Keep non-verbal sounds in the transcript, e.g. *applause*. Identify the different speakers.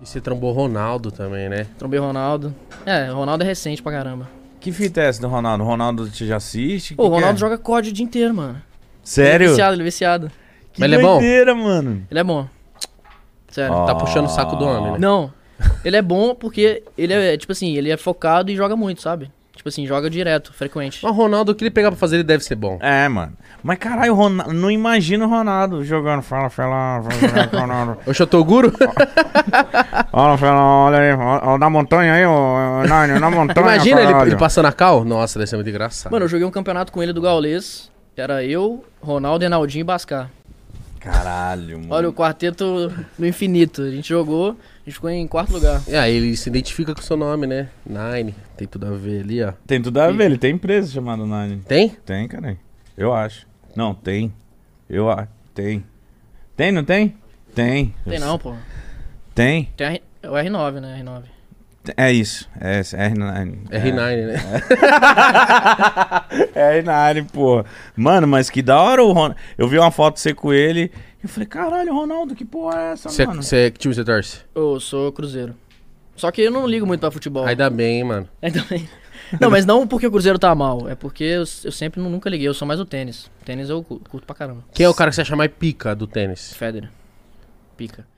Speaker 1: E você trombou Ronaldo também, né?
Speaker 2: Trombei o Ronaldo. É, o Ronaldo é recente pra caramba.
Speaker 3: Que fita é essa do Ronaldo? O Ronaldo te já assiste? é?
Speaker 2: Pô, o Ronaldo joga COD o dia inteiro, mano. Ele é
Speaker 3: Sério?
Speaker 2: viciado, ele é viciado.
Speaker 3: Que
Speaker 1: Mas ele é bom?
Speaker 3: doideira, mano.
Speaker 2: Ele é bom. Sério.
Speaker 1: Tá puxando o saco do homem, né?
Speaker 2: Não. Ele é bom porque ele é, tipo assim, ele é focado e joga muito, sabe? Tipo assim, joga direto, frequente.
Speaker 1: Mas o Ronaldo, o que ele pegar pra fazer, ele deve ser bom.
Speaker 3: É, mano. Mas caralho, o Ronaldo, não imagino o Ronaldo jogando. Fala, fala, fala, Ronaldo.
Speaker 1: É O
Speaker 3: *laughs*
Speaker 1: Shotoguro?
Speaker 3: Olha, fala, olha aí, ó, ó, na montanha aí, ó, na, na montanha.
Speaker 1: Imagina ele,
Speaker 3: caralho.
Speaker 1: ele passando a cal? Nossa, deve ser muito engraçado.
Speaker 2: Mano, eu joguei um campeonato com ele do Gaulês. que Era eu, Ronaldo, Enaldinho e Bascar.
Speaker 3: Caralho, mano.
Speaker 2: Olha, o quarteto no infinito. A gente jogou, a gente ficou em quarto lugar.
Speaker 1: E aí ele se identifica com o seu nome, né? Nine. Tem tudo a ver ali, ó.
Speaker 3: Tem tudo a ver, ele tem empresa chamada Nine.
Speaker 1: Tem?
Speaker 3: Tem, cara. Eu acho. Não, tem. Eu acho. Tem. Tem, não tem? Tem.
Speaker 2: Tem não, pô.
Speaker 3: Tem.
Speaker 2: Tem a R- é o R9, né? R9.
Speaker 3: É isso. É esse, R9.
Speaker 1: R9, né?
Speaker 3: *laughs* É R9, porra. Mano, mas que da hora o Ronaldo. Eu vi uma foto você com ele. Eu falei, caralho, Ronaldo, que porra é essa,
Speaker 1: Você
Speaker 3: mano?
Speaker 1: você- que time você torce?
Speaker 2: Eu sou cruzeiro. Só que eu não ligo muito pra futebol.
Speaker 1: Ainda bem, hein, *laughs* mano.
Speaker 2: Ainda bem. Não, mas não porque o Cruzeiro tá mal, é porque eu, eu sempre nu- nunca liguei, eu sou mais o
Speaker 1: é
Speaker 2: tênis. Tênis eu cu- curto pra caramba.
Speaker 1: Quem é o cara que você acha mais pica do tênis?
Speaker 2: Federer. Pica.